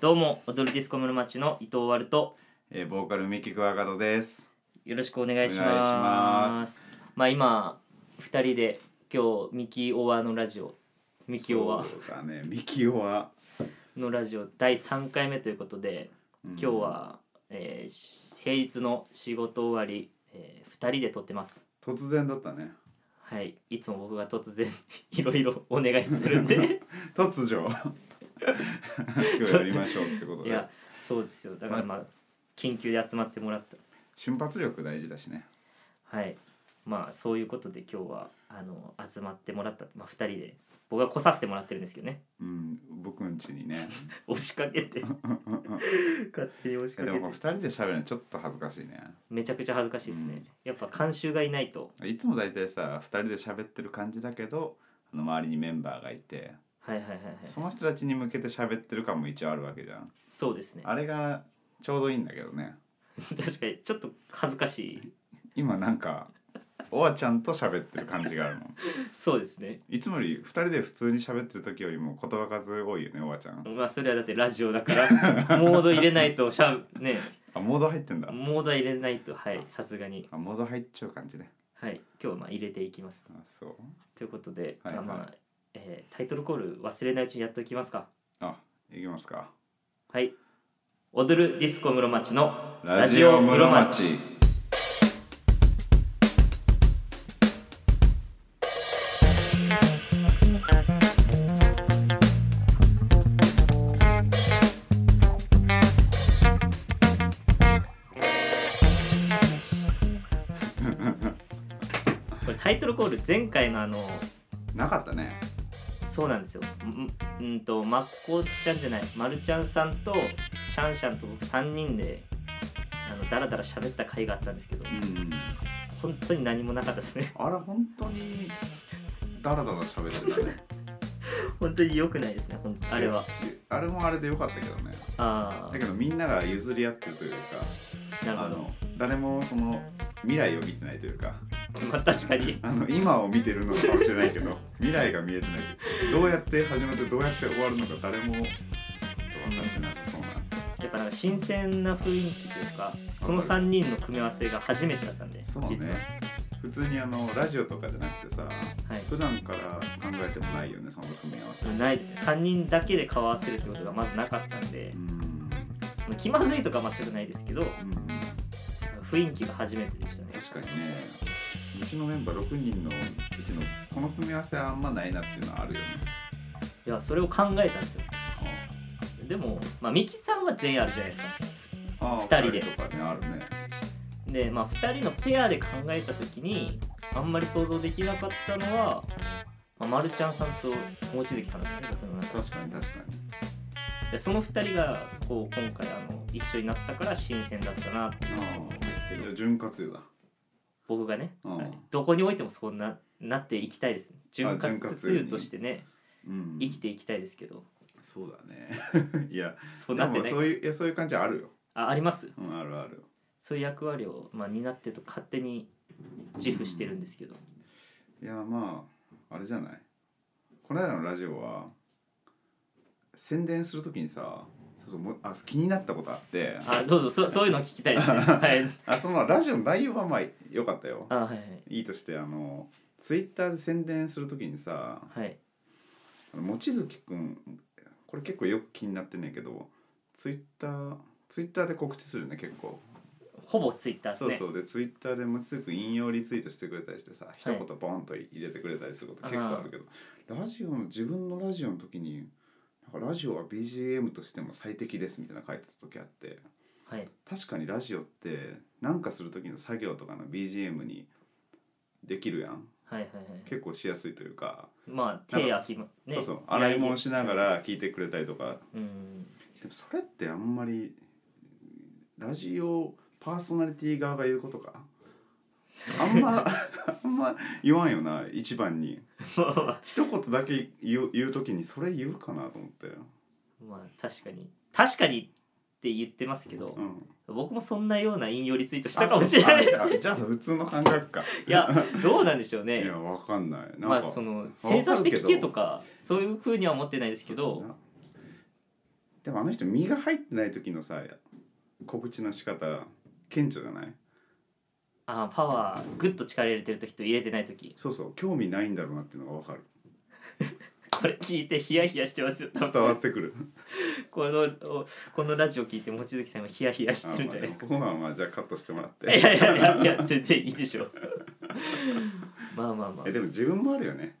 どうも踊るディスコ室町の伊藤ワルとえー、ボーカルミキクワガドです。よろしくお願いしお願いしまますすまあ今二人で今日ミキオワのラジオミキオワそうだね、ミキオは。のラジオ第三回目ということで今今日。は、えーし平日の仕事終わり、えー、二人で撮ってます突然だったね。 はいいつも僕が突然 いろいろお願いするん で 突如。今日やりましょうってこといでや。そうですよだからまあ緊急で集まってもらった瞬発力大事だしね。はいまあそういうことで今日はあの集まってもらった、まあ、2人で僕は来させてもらってるんですけどね うん、僕ん家にね。押しかけて勝手に押しいかやでけても二人で喋るのちょっと恥ずかしいね。めちゃくちゃ恥ずかしいですね、うんやっぱ監修がいないといつも大体さ、二人で喋ってる感じだけど。あの周りにメンバーがいて、はいはいはいはいその人たちに向けて喋ってる感も一応あるわけじゃん。そうですねあれがちょうどいいんだけどね。確かにちょっと恥ずかしい今なんか。おあちゃんと喋ってる感じがあるもん。そうですねいつもより2人で普通に喋ってる時よりも言葉数多いよねおばちゃんまあそれはだってラジオだからモード入れないとしゃねあモード入ってんだモードは入れないとはいさすがにあモード入っちゃう感じねはい今日はまあ入れていきますあそうということで、はいはいまあまあえータイトルコール忘れないうちにやっておきますかあいきますかはい。踊るディスコ室町のラジオ室町これタイトルコール前回のあのなかったねそうなんですよ。んうんとまっこちゃんじゃないまるちゃんさんとシャンシャンと僕3人であのダラダラ喋った回があったんですけどうん本当に何もなかったですね。あれ本当にダラダラ喋ってたね 本当に良くないですね。ほん あれは。いやあれもあれでよかったけどねあだけどみんなが譲り合ってるというかあなるあほど。の誰もその未来を見てないというかまあ確かに。あの今を見てるのかもしれないけど未来が見えてないけどどうやって始まってどうやって終わるのか誰もちょっと分かってなさそうなやっぱなんか新鮮な雰囲気というかその3人の組み合わせが初めてだったんでそう実は。ね普通にあのラジオとかじゃなくてさはい普段から考えてもないよねその組み合わせないですね3人だけで顔合わせるってことがまずなかったんでう、んまあ気まずいとかは全くないですけどうん雰囲気が初めてでしたね確かにねうちのメンバー6人のうちのこの組み合わせはあんまないなっていうのはあるよねいやそれを考えたんですよあでも、まあ、ミキさんは全員あるじゃないですかあ二人で二とかねあるねで、まあ、2人のペアで考えた時にあんまり想像できなかったのは、まあ、まるちゃんさんと望月さんなんですね僕の中で確かに確かにでその2人がこう今回あの一緒になったから新鮮だったなってあですけあどいや潤滑油だ僕がね、うんはいどこにおいてもそんななっていきたいです潤滑潤滑油油にとしてねうん生きていきたいですけどそうだね いやそうなってでないもそういういやそういう感じあるよ、あありますうん、あるあるそういう役割を、まあ、担ってると勝手に自負してるんですけど、いやまああれじゃないこの間のラジオは宣伝するときにさそうそうもうあ気になったことあってあどうぞそそういうの聞きたいです ねはいあそのラジオの内容はまあ良かったよあはいはいいいとしてあのツイッターで宣伝するときにさはいあの望月くんこれ結構よく気になってんねんけどツイッターツイッターで告知するね結構ほぼツイッターですそうねそうでツイッターでもつく引用リツイートしてくれたりしてさ、一言ボンと入れてくれたりすること結構あるけどラジオの自分のラジオの時になんかラジオは BGM としても最適ですみたいなの書いてた時あってはい確かにラジオってなんかする時の作業とかの BGM にできるやんはいはいはい結構しやすいというか、まあ手空きまねそうそう洗い物しながやら聞いてくれたりとかりうん でもそれってあんまりラジオパーソナリティ側が言うことかあんま あんま言わんよな一番にま一言だけ言う言う時にそれ言うかなと思ってあ確かに確かにって言ってますけどう、ん僕もそんなような引用リツイートしたかもしれないあそうあじゃあじゃあ普通の感覚かいやどうなんでしょういねやわかんないなんか、まあその正座して聞けとかそういうふうには思ってないですけどなでもあの人身が入ってない時のさ告知の仕方顕著じゃないあーパワーグッと力入れてる時と入れてない時そうそう興味ないんだろうなっていうのが分かるこれ聞いてヒヤヒヤしてますよ多分伝わってくるこのおこのラジオ聞いて望月さんもヒヤヒヤしてるんじゃないですかあまあもここはまあじゃあカットしてもらっいやいやていやいや全然いいでしょうまあまあまあ えでも自分もあるよね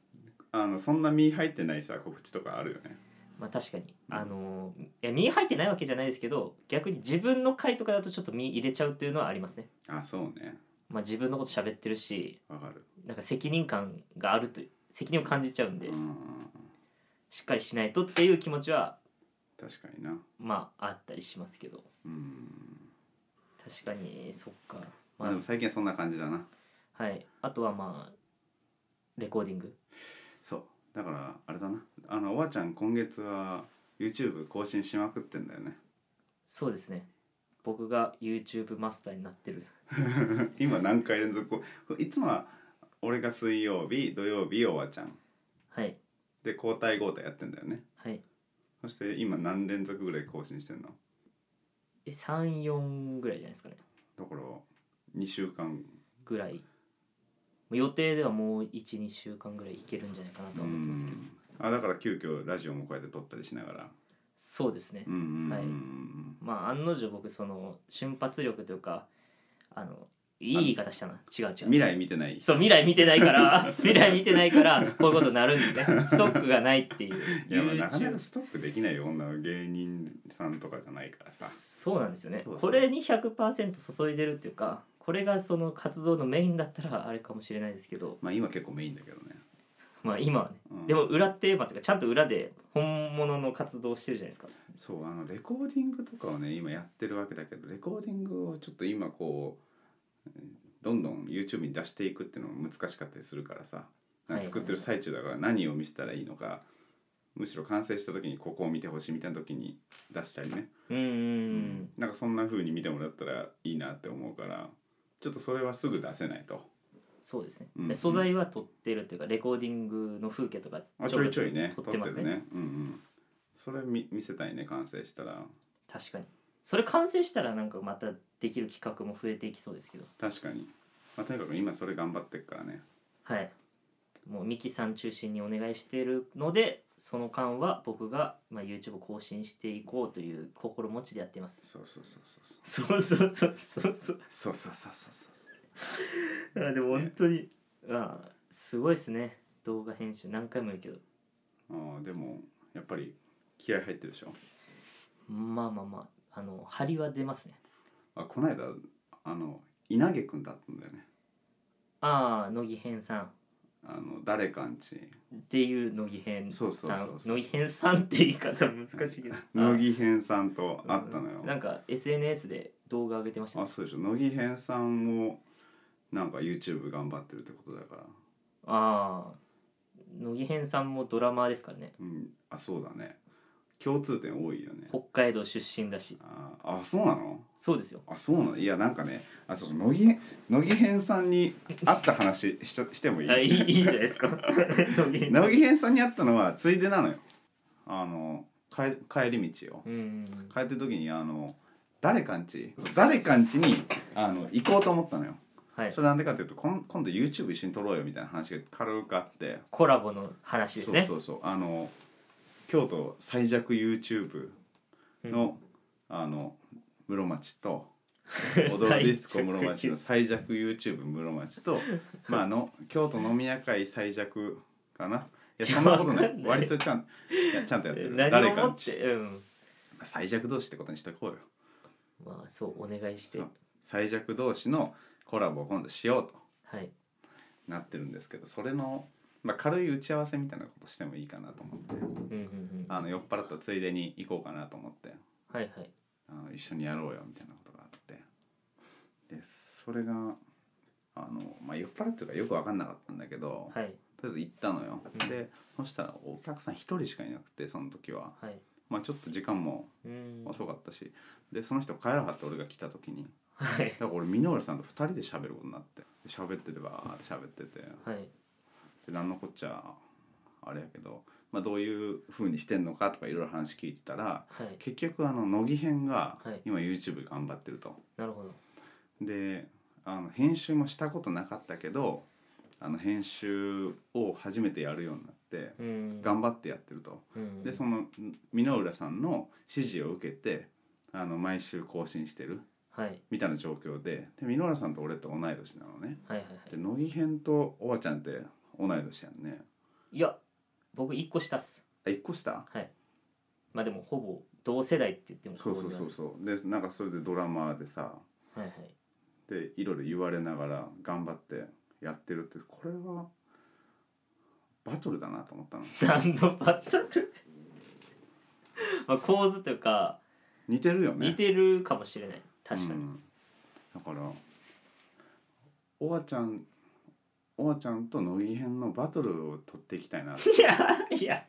あのそんな身入ってないさ告知とかあるよねまあ確かにあのーいや身入ってないわけじゃないですけど逆に自分の回とかだとちょっと身入れちゃうっていうのはありますねあそうねまあ自分のこと喋ってるしわかるなんか責任感があるという責任を感じちゃうんでうんうんうんしっかりしないとっていう気持ちは確かになまああったりしますけどうん確かにそっかままあでも最近はそんな感じだなあはいあとはまあレコーディングそうだからあれだなあのおばちゃん今月は YouTube 更新しまくってんだよね そうですね僕が YouTube マスターになってる今何回連続こういつもは俺が水曜日土曜日おばちゃんはいで交代交代やってんだよねはいそして今何連続ぐらい更新してんのえ34ぐらいじゃないですかねだから2週間ぐらい予定ではもう12週間ぐらいいけるんじゃないかなとは思ってますけどうんあだから急遽ラジオもこうやって撮ったりしながらそうですね、うんうんうんはいうんまあ案の定僕その瞬発力というかあのいい言い方したな違う違う未来見てないそう未来見てないから 未来見てないからこういうことになるんですねストックがないっていういやまあなかな YouTube かストックできないよ女の芸人さんとかじゃないからさそうなんですよねそうそこうれに100%注いでるっていうかこれがその活動のメインだったらあれかもしれないですけどまあ今結構メインだけどね、まあ今はねうんでも裏テーマというかちゃんと裏で本物の活動をしてるじゃないですかそうあのレコーディングとかをね今やってるわけだけどレコーディングをちょっと今こううんどんどん YouTube に出していくっていうのも難しかったりするからさはいはい作ってる最中だから何を見せたらいいのかむしろ完成した時にここを見てほしいみたいな時に出したりね、うんうんうんなんかそんな風に見てもらったらいいなって思うからちょっとそれはすぐ出せないとそうですね、うんで素材は撮ってるというかレコーディングの風景とかあちょいちょいね撮ってますねうんうんそれ見見せたいね完成したら確かにそれ完成したらなんかまたできる企画も増えていきそうですけど確かに、まあ、とにかく今それ頑張ってっからねはいもうミキさん中心にお願いしてるのでその間は僕が、まあ、YouTube を更新していこうという心持ちでやっていますそうそうそうそうそうそうそうそうそうそうそうそうそうそうそう あでも本当にあすごいですね動画編集何回も言うけどああでもやっぱり気合入ってるでしょまあまあまああの張りは出ますねあこの間あの稲毛くんだったんだよねああ乃木編さんあの誰かんちっていう乃木編さそうんそうそうそう乃木編さんって言い方難しいけど木 乃木編さんと会ったのよ、なんか SNS で動画上げてましたねあそうでしょ乃木編さんもなんか YouTube 頑張ってるってことだからああ乃木編さんもドラマーですからねうんあそうだね共通点多いよね北海道出身だしああそうなのそうですよあそうなのいやなんかねあそう乃木乃木編さんに会った話しちゃしてもいいあいいいいじゃないです か乃木編直木編さんに会ったのはついでなのよあの帰帰り道をうんうん帰ってる時にあの誰かんちそう誰かんちにあの行こうと思ったのよはいそれなんでかっていうとこん今度 YouTube 一緒に撮ろうよみたいな話が軽くあってコラボの話ですねそうそうそうあの京都最弱 YouTube の、あの室町 と踊るディスコ室町の最弱 YouTube 室 町とまああの京都飲み屋会最弱かないやそんなことないいやわかんない割とちゃんいやちゃんとやってる何をかもんっちてうん最弱同士ってことにしとこうよまあそうお願いしてそう最弱同士のコラボを今度しようとはいなってるんですけどそれの、まあ、軽い打ち合わせみたいなことしてもいいかなと思ってうんうんうんあの酔っ払ったついでに行こうかなと思ってはいはいあの一緒にやろうよみたいなことがあってでそれがあの、まあ、酔っ払ってるからよく分かんなかったんだけど、はいとりあえず行ったのよ、うんでそしたらお客さん1人しかいなくてその時は、はいまあ、ちょっと時間もうん遅かったしでその人帰らはって俺が来た時にはいだから俺箕浦さんと2人で喋ることになってで喋っててばーって喋っててはいでなんのこっちゃあれやけど、まあ、どういうふうにしてんのかとかいろいろ話聞いてたらはい結局あの乃木編がはい今 YouTube 頑張ってると。なるほどであの編集もしたことなかったけどあの編集を初めてやるようになってうん頑張ってやってると。うんでその箕浦さんの指示を受けてあの毎週更新してるはいみたいな状況でで箕浦さんと俺って同い年なのね。はいはいはいで乃木編とおばちゃんって同い年やんね。いや僕一個下っすあ1個下はいまあでもほぼ同世代って言っても過そ言うそうではそうそうでなんかそれでドラマーでさないはいはいでいろいろ言われながら頑張ってやってるってこれはバトルだなと思ったの何のバトル まあ構図というか似てるよね似てるかもしれ ない確かうにんだからおばちゃんおばちゃんと乃木編のバトルを取っていきたいなといやいや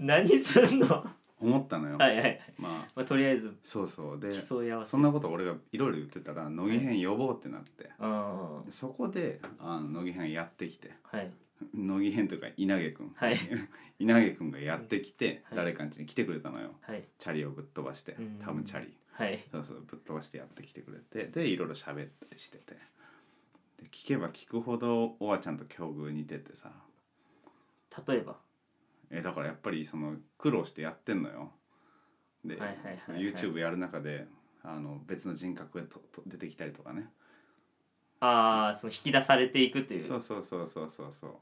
何すんの は思ったのよ、いはい、まあまあ、とりあえずそうそうで競い合わせそんなこと俺がいろいろ言ってたら乃木編呼ぼうってなって、うんはでそこであの乃木編やってきてい乃木編というか稲毛くん、はい 稲毛くんがやってきて、はい誰かん家に来てくれたのよはいチャリをぶっ飛ばしてうん多分チャリはいそうそうぶっ飛ばしてやってきてくれてでいろいろ喋ったりしててで聞けば聞くほどおばちゃんと境遇似ててさ例えばえだからやっぱりその苦労してやってんのよで、はいはいはいはいその YouTube やる中であの別の人格がとと出てきたりとかねああその引き出されていくというそうそうそうそうそうそう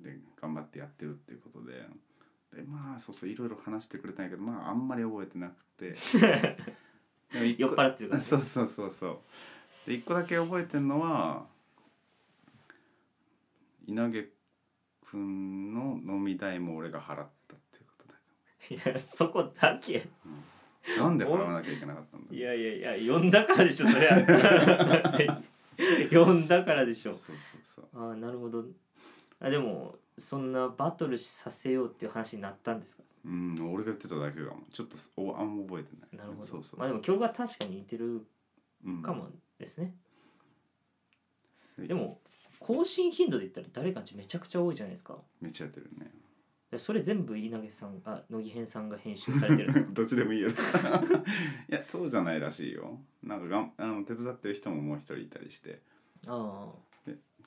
で頑張ってやってるっていうことででまあそうそういろいろ話してくれたんやけどまああんまり覚えてなく てでも一個酔っ払ってるからね そうそうそうそうで一個だけ覚えてるのは稲毛くんの飲み代も俺が払ったっていうことだいやそこだけけどなんで払わなきゃいけなかったんだいやいやいや呼んだからでしょそれ は呼んだからでしそょうそうそうああなるほどあでもそんなバトルさせようっていう話になったんですかうん俺が言ってただけかもちょっとおあんま覚えてなないるほどそうそうそうまあでも今日が確かに似てるうんかもですね、うんでも更新頻度で言ったら誰かんちめちゃくちゃ多いじゃないですかめっちゃやってるよねそれ全部稲毛さんあ乃木編さんが編集されてるんで すかどっちでもいいよいやそうじゃないらしいよなんかがんあの手伝ってる人ももう一人いたりしてあ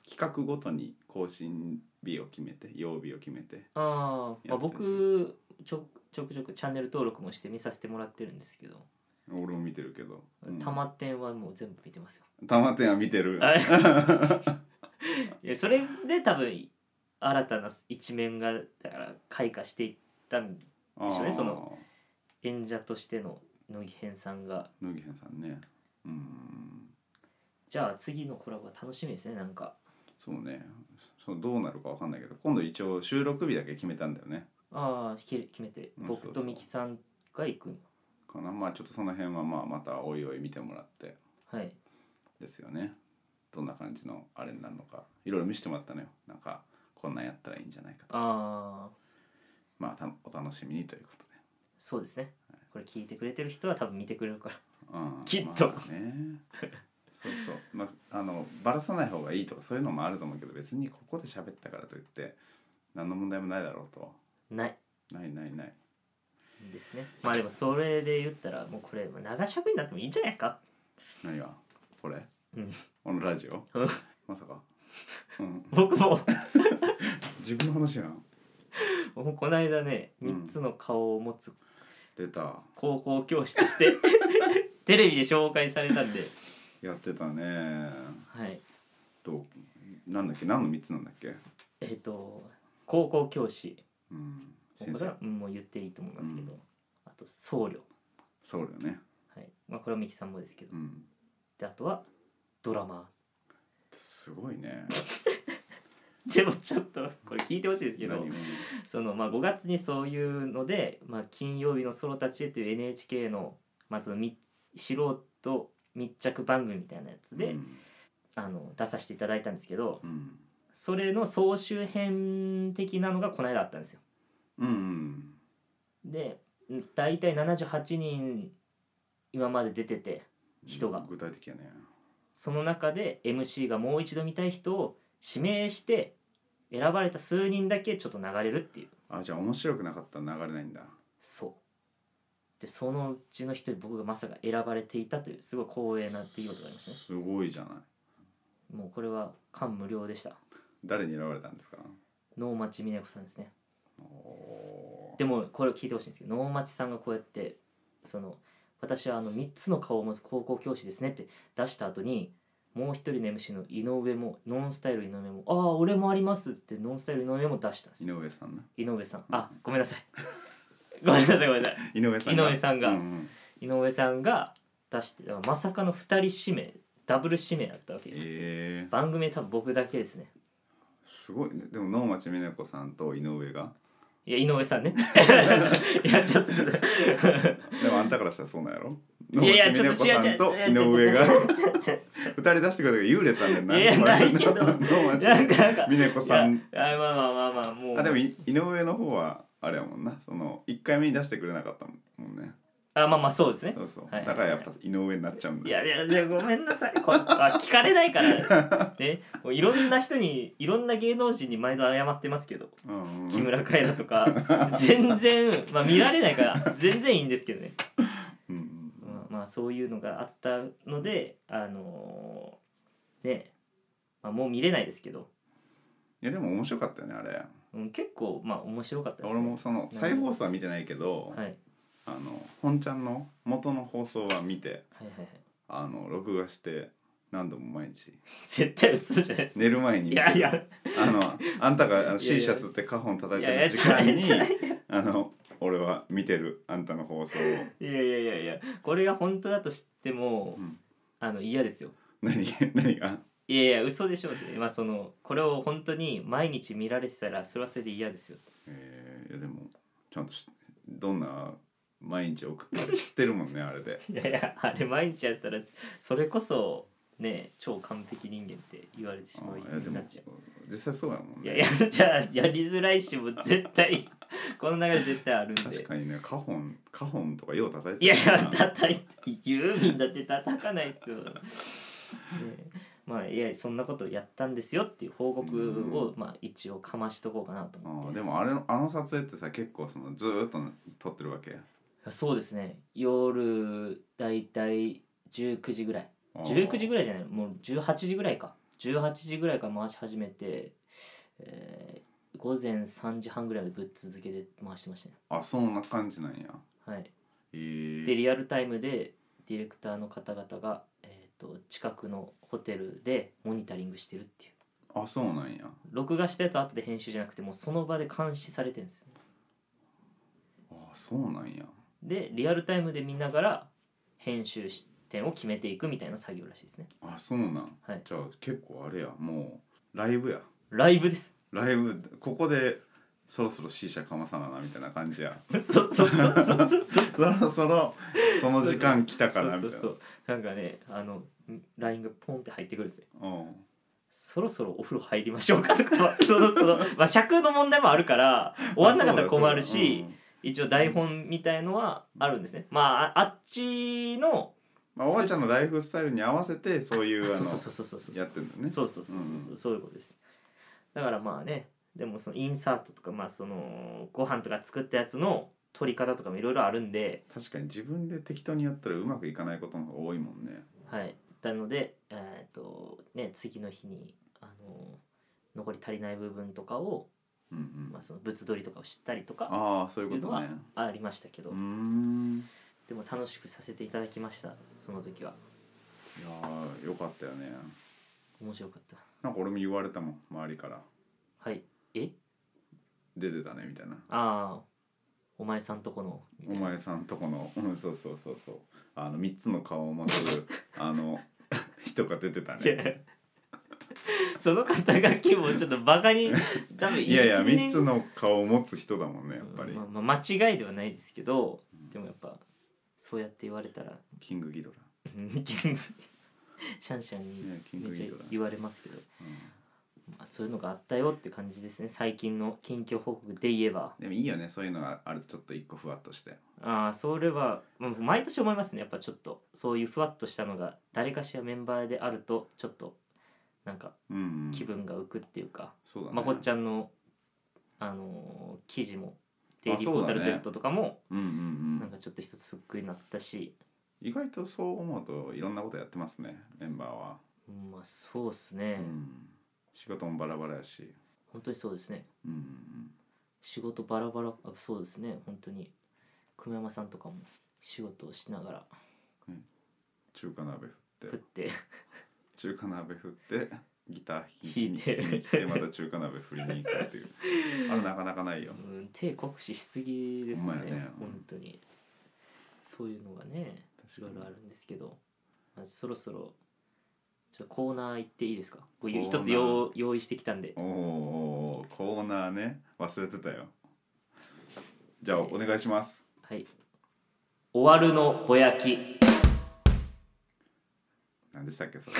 企画ごとに更新日を決めて曜日を決めてあああ、まやあ、ってるし僕ちょちょくちょくチャンネル登録もして見させてもらってるんですけど、俺も見てるけど、うん、たまてんはもう全部見てますよたまてんは見てる はいいやそれで多分新たな一面がだから開花していったんあしょうねーその演者としての乃木編さんが乃木編さんねうんじゃあ次のコラボは楽しみですねなんかそうねそうどうなるかわかんないけど今度一応収録日だけ決めたんだよねああ決めてうん僕そうそとうミキさんが行くのかなまあちょっとその辺はまあまたおいおい見てもらってはいですよねどんな感じのあれになるのかいろいろ見せてもらったのよなんかこんなんやったらいいんじゃないかとああまあたお楽しみにということでそうですねこれ聞いてくれてる人は多分見てくれるからうんきっとまあねそうそうまああのばらさない方がいいとかそういうのもあると思うけど別にここで喋ったからといって何の問題もないだろうとないないないないんですねまあでもそれで言ったらもうこれもう長尺になってもいいんじゃないですか 何がこれうんこのラジオうんまさか、うん、僕も自分の話やんもうこの間ねうん3つの顔を持つ出た高校教師として テレビで紹介されたんで、やってたねはい、どうなんだっけ何の3つなんだっけえっ、と高校教師うんこれ先生はうんもう言っていいと思いますけど、あと僧侶、そうだよねはいまあ、これはミキさんもですけど、うんであとはドラマすごいねー でもちょっとこれ聞いてほしいですけ何どうんその、まあ、5月にそういうので「まあ、金曜日のソロたちへ」という NHK の,、まあそのみ素人密着番組みたいなやつで、うんあの出させていただいたんですけどうんそれの総集編的なのがこの間あったんですよ。うんうんで大体78人今まで出てて人が具体的やねその中で MC がもう一度見たい人を指名して選ばれた数人だけちょっと流れるっていうあじゃあ面白くなかったら流れないんだそうでそのうちの一人僕がまさか選ばれていたというすごい光栄な出来事がありましたねすごいじゃないもうこれは感無量でした誰に選ばれたんですか能町みね子さんですねおーでもこれを聞いてほしいんですけど能町さんがこうやってその私はあの3つの顔を持つ高校教師ですねって出した後にもう一人の MC の井上もノンスタイル井上も「ああ俺もあります」っつってノンスタイル井上も出したんです井よ上さんな井上さんあごめんなさい ごめんなさいごめんなさい井上さんが井上さんがうんうん井上さんが出してまさかの2人指名ダブル指名だったわけです、ええ番組多分僕だけですねすごいねでも能町みね子さんと井上がいや井上 さんねいやちょっとちょっとでもあんたからしたらそうなんやろ能いやいや町ちみょねっ子と違さう違うん違うと井違上がう違う違う二人出してくれたけど優劣あんねんないや ないけど能なんかなん町かみね子さんいやあまあまあまあまあもうあでもい井上の方はあれやもんなその1回目に出してくれなかったもんねあまあまあそうですねそうそうはいだからやっぱ井上になっちゃうんいだよやいやいやごめんなさいこれあ聞かれないから ねもういろんな人にいろんな芸能人に毎度謝ってますけどうんうん木村カエラとか全然まあ見られないから全然いいんですけどね、うんまあ、まあそういうのがあったのであのーねまあ、もう見れないですけど、いやでも面白かったよねあれうん、結構まあ面白かったです俺もそのん再放送は見てないけど、はい、はいあの本ちゃんの元の放送は見てはいはいあの録画して何度も毎日絶対嘘じゃないです寝る前にいやいやあのあんたがあのいやシーシャスってカホン叩いいやいてやる時間にそれそあの俺は見てるあんたの放送を、いやいやいやいやこれが本当だとしてもうん、あの嫌ですよ何何がいやいや嘘でしょって、まあ、そのこれを本当に毎日見られてたらそれはそれで嫌ですよえー、いやでもちゃんとしどんな毎日送ってるか知ってるもんねあれでいやいやあれ毎日やったらそれこそね超完璧人間って言われてしまうあよーいうやにでなもっちゃう実際そうやもんいや いねやじゃあやりづらい しもう絶対この流れ絶対あるん確でかにねカホンカホンとかよう叩いていやいよや叩いてユーミンだって叩かないっすよ、ねまあいやそんなことやったんですよっていう報告を、まあ一応かましとこうかなとあ思っーてでいもあれのあの撮影ってさ結構そのずーっと撮ってるわけやそうですね夜だいたい19時ぐらい19時ぐらいらいじゃないもう18時ぐらいか18時ぐらいから回し始めて、えー午前3時半ぐらいまでぶっ続けて回してましたねあそんな感じなんやはいえでー、リアルタイムでディレクターの方々が、えー、と近くのホテルでモニタリングしてるっていうあそうなんや録画したやつは後で編集じゃなくてもうその場で監視されてるんですよあそうなんやでリアルタイムで見ながら編集点を決めていくみたいな作業らしいですねあそうなん、はいじゃあ結構あれやもうライブやライブです ライブここでそろそろ C 社かまさななみたいな感じやそうそうそうそうそうそうそろそろその時間来たかそうなみたそそいうなうなんかねあのん LINE がポンって入ってくるんですようんそろそろお風呂入りましょうかとか そろそろ、まあ、尺の問題もあるから終わんなかったら困るあそうだそうしだうん一応台本みたいのはあるんですねまあああっちのまあ、おばあちゃんのライフスタイルに合わせてそういうあのそうそうそうそうそうそうやってんだよねそうそうそうそうそう、そういうことですだからまあねでもそのインサートとかまあそのご飯とか作ったやつの取り方とかもいろいろあるんで確かに自分で適当にやったらうまくいかないことの方が多いもんねはいなのでえっ、とね次の日にあの残り足りない部分とかを、うんうんまあ、その物撮りとかを知ったりとかああそういうこというねありましたけど、うーんでも楽しくさせていただきましたその時はいやーよかったよね面白かったなんか俺も言われたもん周りからはいえ出てたねみたいなああお前さんとこのみたおいな前さんとこの、うん、そうそうそうそうあの3つの顔を持 つあの人が出てたいねや その肩書きもちょっとバカ に多分いやいや1 2 3つの顔を持つ人だもんねやっぱり、まあまあ、間違いではないですけどでもやっぱそうやって言われたらキングギドラ、うんシャンシャンにね、キンめグっギちドゃラ、言われますけど、うまあ、そういうのがあったよって感じですね最近の近況報告で言えばん、でもいいよねそういうのがあるとちょっと一個ふわっとしてああそれはまあ毎年思いますねやっぱちょっとそういうふわっとしたのが誰かしらメンバーであるとちょっとなんかうんうん、気分が浮くっていうか、そうだねまこっちゃんの、あのー記事も「デイリーそポーうだタねル Z」とかも、うんうんうんなんかちょっと一つフックになったし、意外とそう思うといろんなことやってますねメンバーは、まあそうですうね、ん、仕事もバラバラやし、本当にそうですねうんうん仕事バラバラあそうですね本当に久米山さんとかも仕事をしながら中華鍋振っ食ってて中華鍋振ってギター弾き弾いて弾きに来てまた中華鍋振りに行くってい うあれなかなかないようん、手酷使しすぎですねほんまやね本当にそういうのがねいろいろあるんですけど、まあそろそろちょっとコーナー行っていいですかこういうコーナー一つ用用意してきたんでおーおーおーコーナーね忘れてたよじゃあおお願いしますはい「終わるのぼや き」い何でしたっけそや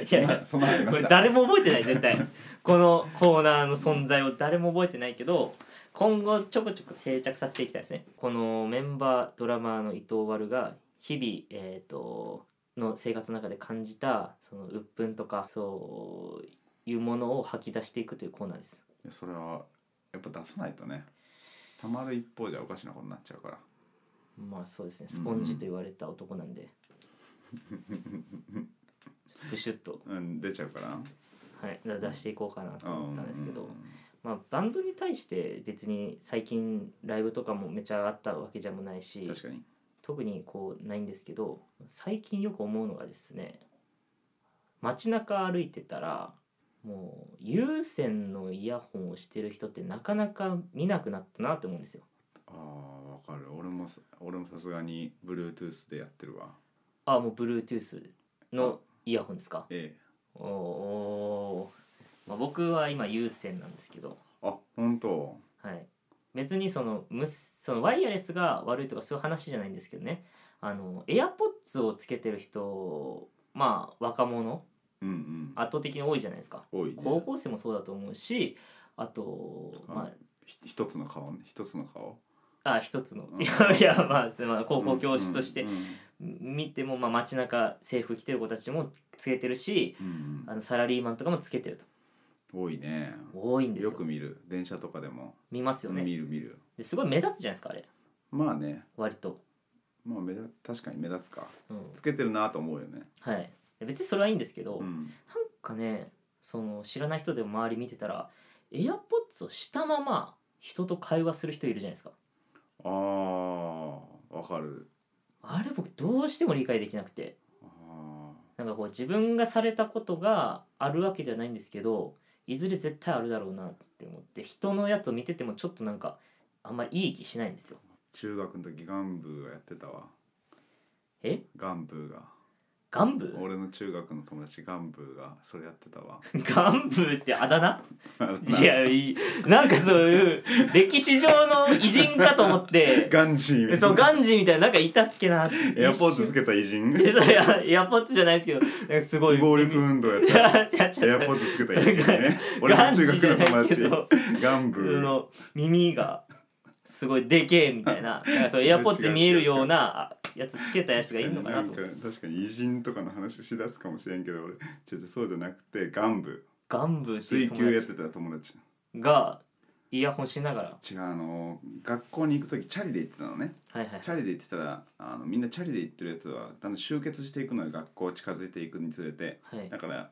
いれや そんなのありまこれした誰も覚えてない絶 対このコーナーの存在を誰も覚えてないけど今後ちょこちょこ定着させていきたいですねこのメンバードラマーの伊藤丸が日々えー、との生活の中で感じたその鬱憤とかそういうものを吐き出していくというコーナーですいやそれはやっぱ出さないとねたまる一方じゃおかしなことになっちゃうからまあそうですねスポンジと言われた男なんで、ブシュッと、うん出ちゃうからはい、出していこうかなと思ったんですけど、うんうんうんまあ、バンドに対して別に最近ライブとかもめちゃあったわけじゃもないし確かに特にこうないんですけど最近よく思うのがですね街中歩いてたらもう有線のイヤホンをしてる人ってなかなか見なくなったなって思うんですよ。ああわかる俺もさ俺もさすがに Bluetooth でやってるわあもう Bluetooth のイヤホンですかええおーおー、まあ、僕は今有線なんですけど、あ本当はい、別にそのむすそのワイヤレスが悪いとかそういう話じゃないんですけどねあの AirPods をつけてる人まあ若者うんうん圧倒的に多いじゃないですか多いね高校生もそうだと思うしあとあまひ一つの顔ね一つの顔ああ一つのうんい やいや、まあ、まあ高校教師としてうん見ても、まあ、街中制服着てる子たちもつけてるしうんうんあのサラリーマンとかもつけてると多いね多いんですよよく見る電車とかでも見ますよね見る見るですごい目立つじゃないですかあれまあね割と、まあ目立確かに目立つかうんつけてるなと思うよねはい別にそれはいいんですけど、うなんんかねその知らない人でも周り見てたら AirPods をしたまま人と会話する人いるじゃないですかあーわかるあれ僕どうしても理解できなくてあなーんかこう自分がされたことがあるわけではないんですけどいずれ絶対あるだろうなって思って人のやつを見ててもちょっとなんかあんまりいい気しないんですよ中学の時ガンブーがやってたわえガンブーがガンブー俺の中学の友達ガンブーがそれやってたわ ガンブーってあだ名いやいいなんかそういう歴史上の偉人かと思ってガンジーそうガンジーみたいななんかいたっけなエアポーツつけけた偉人いやいや エアポッツじゃないですけどなんかすごい非暴力運動や っいたやいやちエょアっとポーツつけた偉人ね俺のガンジ中ーじゃないけ学の友達どガン普通ブの耳がすごいでけえみたい ななんかそう違うエアポッツに見えるようなやつつけたやつがいるのかなと思ってんか確かに偉人とかの話しだすかもしれんけど俺ちょちょそうじゃなくてガンブガンブーっていう追求友やって達た友達がイヤホンしながら違うあの学校に行く時チャリで行ってたのねはいはいチャリで行ってたらあのみんなチャリで行ってるやつはだんだん集結していくのよ学校近づいていくにつれてはいだから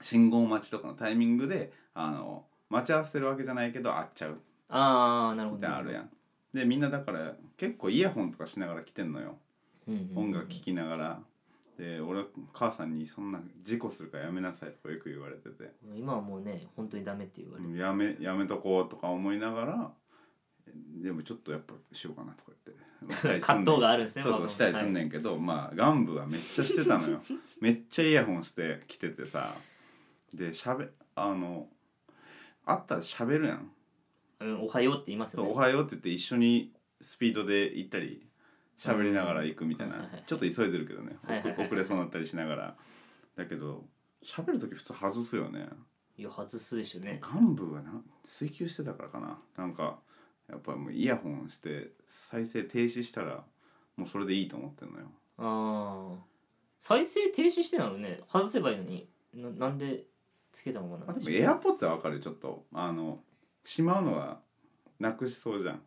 信号待ちとかのタイミングであの待ち合わせてるわけじゃないけど会っちゃうああなるほみどたいなのあるやん。でみんなだから結構イヤホンとかしながら来てんのようんうんうん音楽聴きながら。で俺は母さんに「そんな事故するからやめなさい」とかよく言われてて今はもうね本当にダメって言「わうれてんやめやめとこう」とか思いながらでもちょっとやっぱしようかなとか言ってしたりす葛んねん藤があるんですねそうそうしたりすんはいねんけど、まあガンブはめっちゃしてた のよめっちゃイヤホンしてきててさでしゃべあの会ったらしゃべるやんうんおはようって言いますそよう「ねおはよう」って言って一緒にスピードで行ったりしゃべりながら行くみたいうんなはいはいはいちょっと急いでるけどねはいはいはい遅遅れそうになったりしながらだけど喋る時普通外すよねいや外すでしょうねガンブはな追求してたからかななんかやっぱもうイヤホンして再生停止したらもうそれでいいと思ってんのよああ再生停止してなのね外せばいいのにななんでつけたままなあんででしもょうエアポッツはわかるちょっとあのしまうのはなくしそうじゃ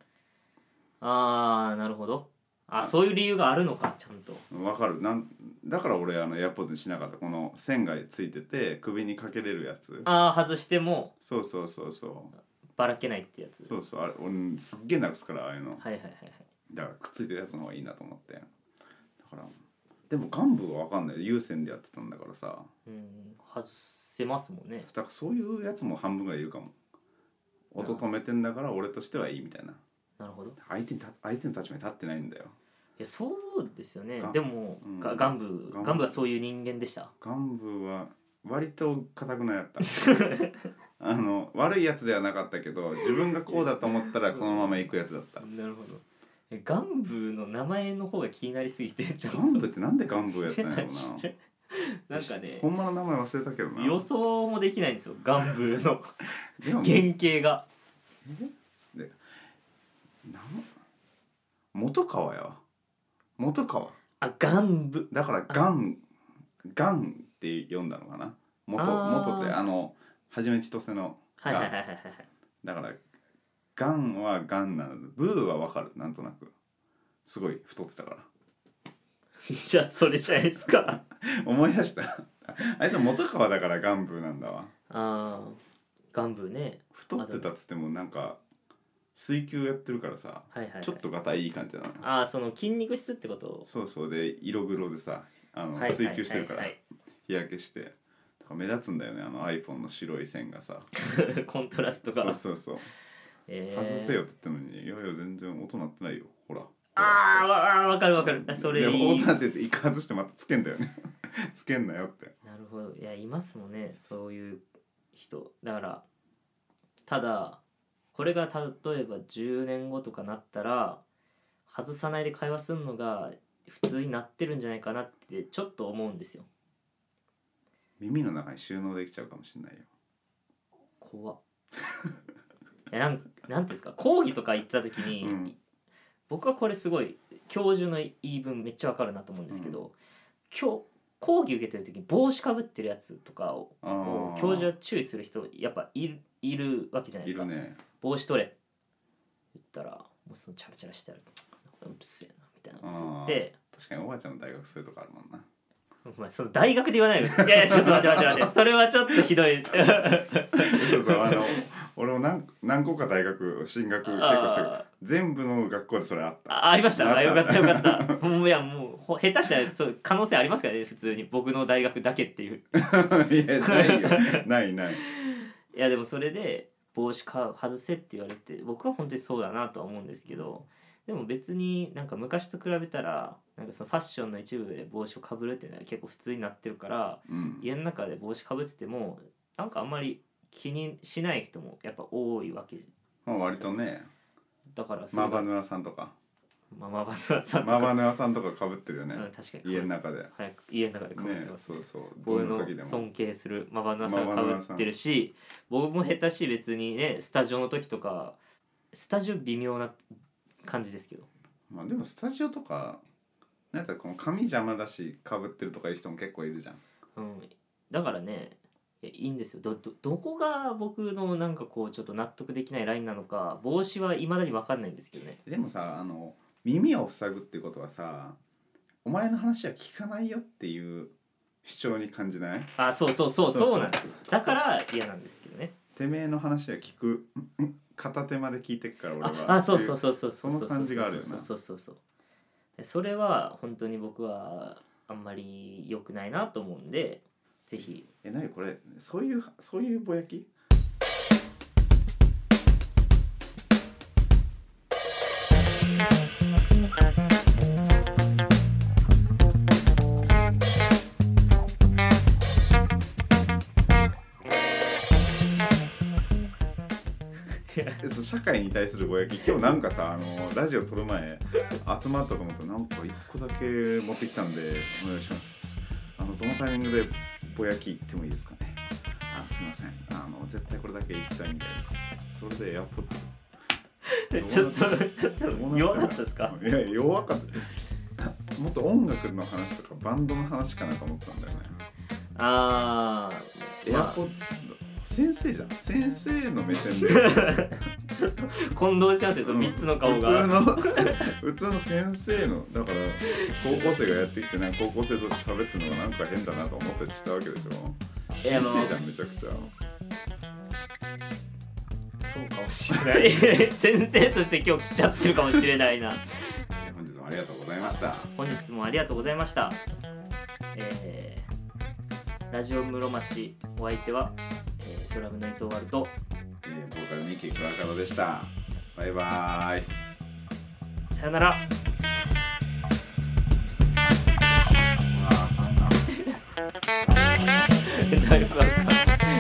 ああなるほどあそういう理由があるのかちゃんとんわかるなんだから俺あのエアポッツにしなかったこの線がついてて首にかけれるやつああ外してもそうそうそうそうばらけないってやつそうそうあれ俺すっげえなくすからああいうのはいはいはいはいだからくっついてるやつの方がいいなと思ってだからでもガンブはわかんない有線でやってたんだからさうん外せますもんねだからそういうやつも半分がいいるかも音止めてんだから俺としてはいいみたいななるほどい相手にた相手の立場に立ってないんだよやそうですよねガンでも、うんがガンブガンガンブはそういう人間でしたガンブは割と固くなやった あの悪いやつではなかったけど自分がこうだと思ったらこのまま行くやつだったなるほどえガンブの名前の方が気になりすぎてちょっとガンブってなんでガンブやったんやろうな なんかねほんまの名前忘れたけどな予想もできないんですよガンブので原も型がな元川やわ元川あガンブだからガンガンって読んだのかな元あー元ってあのはじめ千歳のはいはいはいはいはいはいだからガンはガンなのブーはわかるなんとなくすごい太ってたからじゃあそれじゃないですか思い出したあいつ元川だからガンブーなんだわあーガンブね太ってたっつってもなんか水球やってるからさはいはい、はい、ちょっとがたいいい感じなのああその筋肉質ってことそうそうで色黒でさあのはいはい水はい球してるからはい日焼けしてだから目立つんだよねあの iPhone の白い線がさ コントラストがそうそうそうえー外せよって言ってんのに、いやいや全然音鳴ってないよほらあーわあーわかるわかるああそれい音い鳴ってて一回外してまたつけんだよね つけんなよってなるほどいやいますもんねそういう人だからただこれが例えば10年後とかなったら外さないで会話するのが普通になってるんじゃないかなってちょっと思うんですよ耳の中に収納できちゃうかもしれないよ怖っ いやなんなんていうんですか講義とか行った時に、うん僕はこれすごい教授の言い分めっちゃわかるなと思うんですけど、今日講義受けてる時に帽子かぶってるやつとかをあー教授は注意する人やっぱいるいるわけじゃないでいすか、るね帽子取れ言ったらもうそのチャラチャラしてあるうるせえなみたいなこと言って確かにおばあちゃんの大学そういうとこあるもんなお前その大学で言わないよいやいやちょっと待って待って待ってそれはちょっとひどいです そうそうあ の俺も何何個か大学進学結構してるあー全部の学校でそれあったあありましたなあよかっかったよかったもういやもうほ下手したらそう可能性ありますからね普通に僕の大学だけっていう いやないよないないいやでもそれで帽子か外せって言われて僕は本当にそうだなとは思うんですけどでも別になんか昔と比べたらなんかそのファッションの一部で帽子をかぶるっていうのは結構普通になってるからうん家の中で帽子かぶっててもなんかあんまり気にしない人もやっぱ多いわけまあ割とねだからそれマがバヌアさんとかまあマバヌアさんとかマバヌアさんとかかぶってるよねうん、確かに家の中で早く家の中でかぶってねますねそうそう僕どの時でも尊敬するマバナさんがかぶってるし僕も下手し別にねスタジオの時とかスタジオ微妙な感じですけどまあでもスタジオとかなんかこの髪邪魔だしかぶってるとかいう人も結構いるじゃんうん、だからねいやいいんですよどどどこが僕のなんかこうちょっと納得できないラインなのか帽子はいまだに分かんないんですけどねでもさあの耳を塞ぐってことはさお前の話は聞かないよっていう主張に感じないあそうそうそうそうそうそうなんですよだから嫌なんですけどねてめえの話は聞く片手まで聞いてっから俺あはあそうそうってそうそうそうその感じがあるよなそうそうそうそうでそれは本当に僕はあんまり良くないなと思うんでぜひいうえ何これそういうそういうぼやきえそう社会に対するぼやき今日なんかさあのラジオ撮る前集まったと思ったらなんか一個だけ持ってきたんでお願いしますあのどのタイミングでぼやき言ってもいいですかねあすいませんあの絶対これだけ行きたいんでそれでエアポッド ちょっと、ちょっと弱かったですか。いや弱かったもっと音楽の話とかバンドの話かなと思ったんだよねあエー、アまポッド先生じゃん先生の目線であ、混同してますよその3つの顔が、普通の普通の先生のだから高校生がやってきてなんか高校生と喋ってるのがなんか変だなと思ったりしたわけでしょい先やもう生じゃんめちゃくちゃそうかもしれない 先生として今日来ちゃってるかもしれないなえ本日もありがとうございました本日もありがとうございましたえー、ラジオ室町お相手は、えードラムの伊藤ワルとえーボーカルミキクワカロでしたバイバーイさよならあー あんな何分か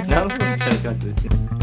何分喋ってますうち